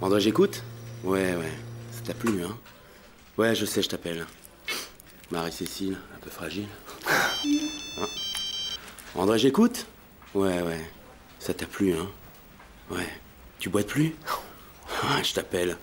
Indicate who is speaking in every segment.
Speaker 1: André, j'écoute Ouais, ouais. Ça t'a plu, hein Ouais, je sais, je t'appelle. Marie-Cécile, un peu fragile. Hein André, j'écoute Ouais, ouais. Ça t'a plu, hein Ouais. Tu boites plus Ouais, je t'appelle.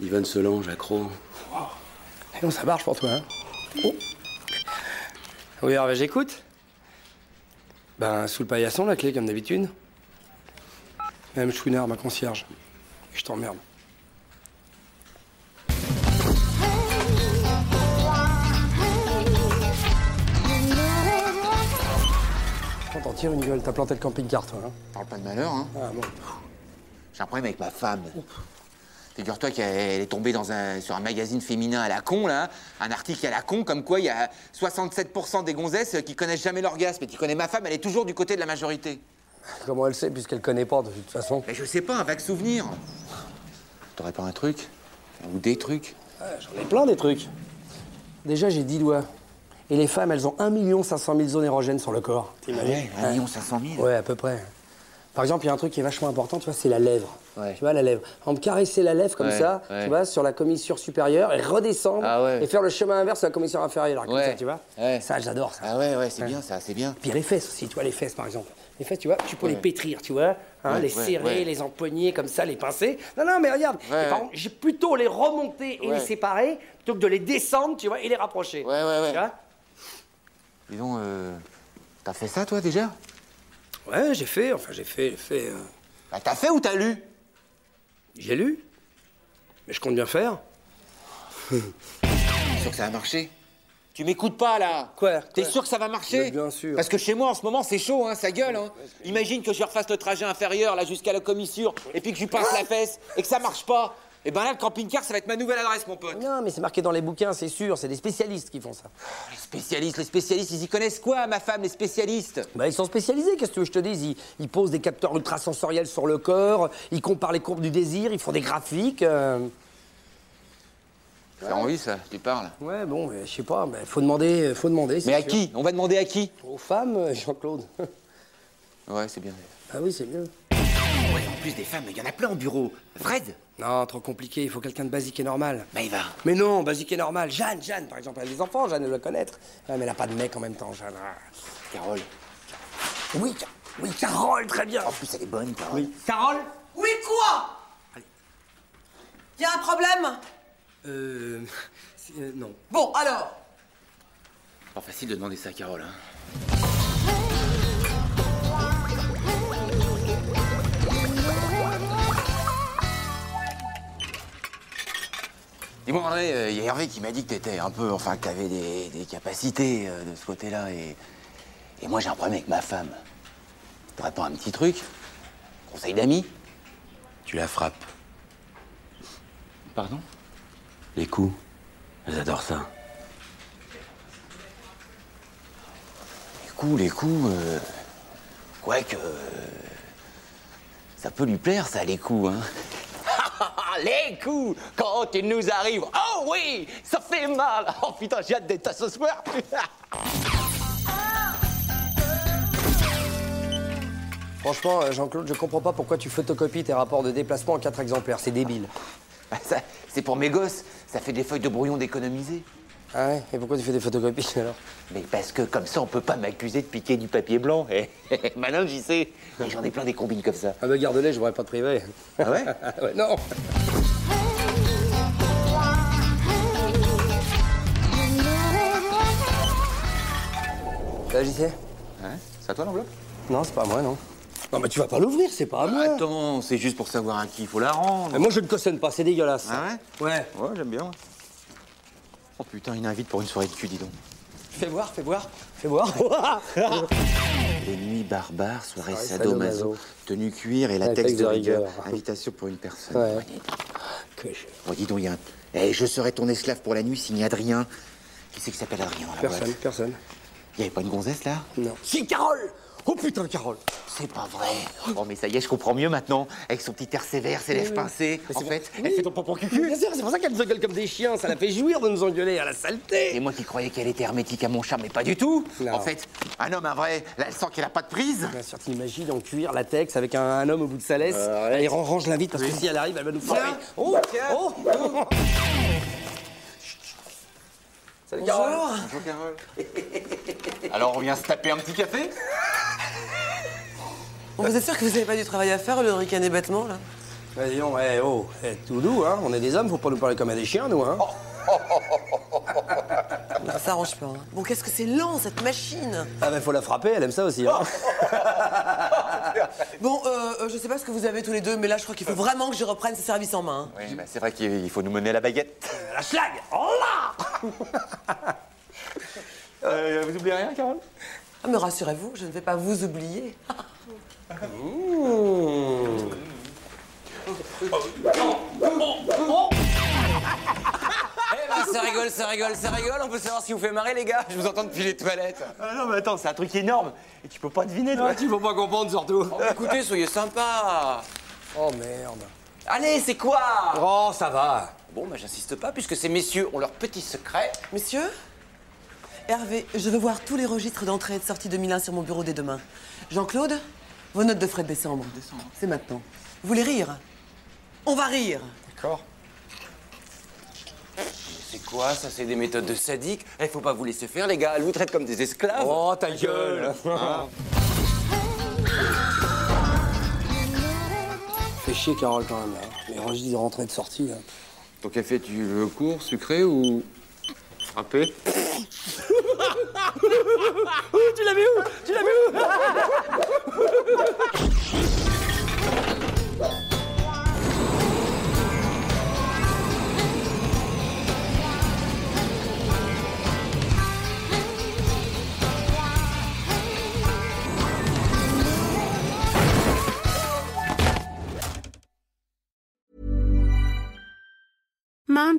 Speaker 1: Yvonne Solange, accro.
Speaker 2: Et non, ça marche pour toi. hein Oh. Oui, Hervé, j'écoute. Ben, sous le paillasson, la clé, comme d'habitude. Même Chouinard, ma concierge. Je t'emmerde. Quand t'en tires une gueule, t'as planté le camping-car, toi. hein
Speaker 3: Parle pas de malheur, hein.
Speaker 2: ah, bon.
Speaker 3: J'ai un problème avec ma femme. Figure-toi qu'elle est tombée dans un, sur un magazine féminin à la con, là. Un article à la con, comme quoi il y a 67% des gonzesses qui connaissent jamais l'orgasme. Et qui connaît ma femme, elle est toujours du côté de la majorité.
Speaker 2: Comment elle sait, puisqu'elle connaît pas, de toute façon
Speaker 3: Mais je sais pas, un vague souvenir. T'aurais pas un truc Ou des trucs
Speaker 2: J'en ai plein des trucs. Déjà, j'ai 10 doigts. Et les femmes, elles ont 1 500 000 zones érogènes sur le corps. T'imagines
Speaker 3: Ouais, 1 million 500 000.
Speaker 2: Ah Ouais, à peu près. Par exemple, il y a un truc qui est vachement important, tu vois, c'est la lèvre.
Speaker 3: Ouais.
Speaker 2: Tu vois, la lèvre. On me caresser la lèvre comme
Speaker 3: Ouais,
Speaker 2: ça,
Speaker 3: ouais.
Speaker 2: tu vois, sur la commissure supérieure, et redescendre,
Speaker 3: Ah ouais.
Speaker 2: et faire le chemin inverse sur la commissure inférieure, comme
Speaker 3: Ouais,
Speaker 2: ça, tu vois.
Speaker 3: ouais.
Speaker 2: Ça, j'adore ça.
Speaker 3: Ah ouais, ouais, c'est bien ça, c'est bien.
Speaker 2: Puis il y a les fesses aussi, tu vois, les fesses par exemple. Les fesses, tu vois, tu peux les pétrir, tu vois, hein,
Speaker 3: Ouais,
Speaker 2: les
Speaker 3: ouais,
Speaker 2: serrer,
Speaker 3: ouais.
Speaker 2: les empoigner comme ça, les pincer. Non, non, mais regarde,
Speaker 3: Ouais,
Speaker 2: et par
Speaker 3: ouais.
Speaker 2: contre, j'ai plutôt les remonter et
Speaker 3: Ouais.
Speaker 2: les séparer plutôt que de les descendre, tu vois, et les rapprocher.
Speaker 3: Ouais, ouais, ouais.
Speaker 2: Tu vois
Speaker 3: Dis donc, euh, t'as fait ça toi déjà
Speaker 2: Ouais, j'ai fait, enfin j'ai fait, j'ai fait. euh,
Speaker 3: Bah, T'as fait ou t'as lu
Speaker 2: j'ai lu. Mais je compte bien faire.
Speaker 3: T'es sûr que ça va marcher Tu m'écoutes pas là
Speaker 2: Quoi
Speaker 3: T'es
Speaker 2: Quoi
Speaker 3: sûr que ça va marcher
Speaker 2: Mais bien sûr.
Speaker 3: Parce que chez moi en ce moment c'est chaud, hein, ça gueule. Hein. Imagine que je refasse le trajet inférieur là jusqu'à la commissure et puis que je lui pince la fesse et que ça marche pas. Et ben là le camping-car ça va être ma nouvelle adresse mon pote.
Speaker 2: Non, mais c'est marqué dans les bouquins, c'est sûr, c'est des spécialistes qui font ça.
Speaker 3: Les spécialistes, les spécialistes, ils y connaissent quoi ma femme, les spécialistes
Speaker 2: Bah, ils sont spécialisés, qu'est-ce que tu veux que je te dise ils, ils posent des capteurs ultrasensoriels sur le corps, ils comparent les courbes du désir, ils font des graphiques. euh,
Speaker 3: T'as envie ça, tu parles.
Speaker 2: Ouais, bon, mais je sais pas, mais faut demander, faut demander. c'est
Speaker 3: Mais à
Speaker 2: sûr.
Speaker 3: qui On va demander à qui
Speaker 2: Aux femmes, euh, Jean-Claude.
Speaker 3: Ouais c'est bien.
Speaker 2: ah oui, c'est mieux.
Speaker 3: Ouais, en plus des femmes, il y en a plein au bureau. Fred
Speaker 2: Non, trop compliqué, il faut quelqu'un de basique et normal.
Speaker 3: Bah il va.
Speaker 2: Mais non, basique et normal. Jeanne, Jeanne, par exemple, elle a des enfants, Jeanne, elle doit connaître. Ouais, mais elle a pas de mec en même temps, Jeanne. Ah.
Speaker 3: Carole.
Speaker 2: Oui, Ca- oui, Carole, très bien.
Speaker 3: En plus elle est bonne, Carole.
Speaker 2: Carole
Speaker 4: Oui, quoi Y a un problème
Speaker 2: Euh. c'est- euh, non.
Speaker 4: Bon, alors
Speaker 3: Pas facile de demander ça à Carole. Hein. Dis-moi André, euh, il y a Hervé qui m'a dit que t'étais un peu, enfin que t'avais des, des capacités euh, de ce côté-là et, et moi j'ai un problème avec ma femme. T'aurais pas un petit truc Conseil d'amis Tu la frappes. Pardon Les coups, elles adorent ça. Les coups, les coups. euh, Quoique. euh, Ça peut lui plaire, ça, les coups, hein. les coups Quand ils nous arrivent. Oh oui Ça fait mal Oh putain, j'ai hâte d'être là ce soir
Speaker 2: Franchement, euh, Jean-Claude, je comprends pas pourquoi tu photocopies tes rapports de déplacement en quatre exemplaires, c'est débile.
Speaker 3: Bah, Ça, C'est pour mes gosses, ça fait des feuilles de brouillon d'économiser.
Speaker 2: Ah ouais Et pourquoi tu fais des photocopies alors
Speaker 3: Mais parce que comme ça, on peut pas m'accuser de piquer du papier blanc. Eh, Maintenant, j'y sais. Mais J'en ai plein des combines comme ça.
Speaker 2: Ah bah garde-les, je voudrais pas te priver.
Speaker 3: Ah ouais
Speaker 2: Ah ouais, non Là, j'y sais
Speaker 3: C'est à toi l'enveloppe
Speaker 2: Non, c'est pas à moi, non. Non, mais tu vas pas l'ouvrir, c'est pas à moi.
Speaker 3: Attends, c'est juste pour savoir à qui il faut la rendre.
Speaker 2: Mais moi, je ne cautionne pas, c'est dégueulasse. ça.
Speaker 3: Ah ouais
Speaker 2: Ouais.
Speaker 3: Ouais, j'aime bien. Oh putain, une invite pour une soirée de cul, dis donc.
Speaker 2: Fais voir, fais voir, fais voir.
Speaker 3: Les nuits barbares, soirée
Speaker 2: Soirée
Speaker 3: sadomaso,
Speaker 2: sadomaso.
Speaker 3: tenue cuir et latex de rigueur. Invitation pour une personne.
Speaker 2: Ouais. Que je-
Speaker 3: Bon, dis donc, il y a un- Eh, je serai ton esclave pour la nuit signé Adrien. Qui c'est qui s'appelle Adrien dans la
Speaker 2: Personne,
Speaker 3: boîte
Speaker 2: personne.
Speaker 3: Il y avait pas une gonzesse là
Speaker 2: Non.
Speaker 3: Si, Carole Oh putain, Carole C'est pas vrai Oh, mais ça y est, je comprends mieux maintenant. Avec son petit air sévère, ses lèvres pincées. En fait, elle fait ton pompon cucu.
Speaker 2: Bien sûr, c'est pour ça qu'elle nous engueule comme des chiens. Ça la fait jouir de nous engueuler à la
Speaker 3: Et
Speaker 2: saleté.
Speaker 3: moi qui croyais qu'elle était hermétique à mon charme, mais pas du tout
Speaker 2: Non.
Speaker 3: Ah En fait, un homme, un vrai, là, elle sent qu'elle a pas de prise
Speaker 2: Bien sûr, t'imagines en cuir, latex, avec un, un homme au bout de sa laisse. Et on range la vite parce que si elle arrive, elle va nous frapper. Oh, oh, oh. Salut, Carole.
Speaker 3: Alors, on vient se taper un petit café
Speaker 4: Bon, vous êtes sûr que vous n'avez pas du travail à faire, le ricaner bêtement, là
Speaker 2: Vas-y, non, eh, oh, eh, tout doux, hein. On est des hommes, faut pas nous parler comme à des chiens, nous, hein.
Speaker 4: Ça s'arrange pas. hein. Bon, qu'est-ce que c'est lent, cette machine
Speaker 2: Ah, ben, faut la frapper, elle aime ça aussi, hein. Oh.
Speaker 4: Bon, euh, euh, je sais pas ce que vous avez tous les deux, mais là, je crois qu'il faut vraiment que je reprenne ces services en main. hein.
Speaker 3: Oui, bah, c'est vrai qu'il faut nous mener à la baguette.
Speaker 2: La schlag Oh là
Speaker 3: vous oubliez rien, Carole
Speaker 4: Ah, mais rassurez-vous, je ne vais pas vous oublier. Eh ben, ça rigole, ça rigole, ça rigole. On peut savoir si vous fait marrer, les gars. Je vous entends depuis les toilettes.
Speaker 3: Ah Non, mais attends, c'est un truc énorme. Et tu peux pas deviner, toi.
Speaker 2: Tu faut pas comprendre, surtout.
Speaker 4: bah, Écoutez, soyez sympa.
Speaker 2: Oh, merde.
Speaker 4: Allez, c'est quoi
Speaker 2: Oh, ça va.
Speaker 3: Bon, bah, j'insiste pas, puisque ces messieurs ont leur petit secret.
Speaker 4: Messieurs Hervé, je veux voir tous les registres d'entrée et de sortie 2001 sur mon bureau dès demain. Jean-Claude, vos notes de frais de décembre. C'est maintenant. Vous voulez rire On va rire.
Speaker 2: D'accord.
Speaker 3: C'est quoi, ça C'est des méthodes de sadique Il faut pas vous laisser faire, les gars. Elles vous traitent comme des esclaves.
Speaker 2: Oh, ta gueule Fais chier, Carole, quand même. Hein. Les registres de rentrée et de sortie, là.
Speaker 3: Ton café, tu veux court, sucré ou frappé
Speaker 5: Mom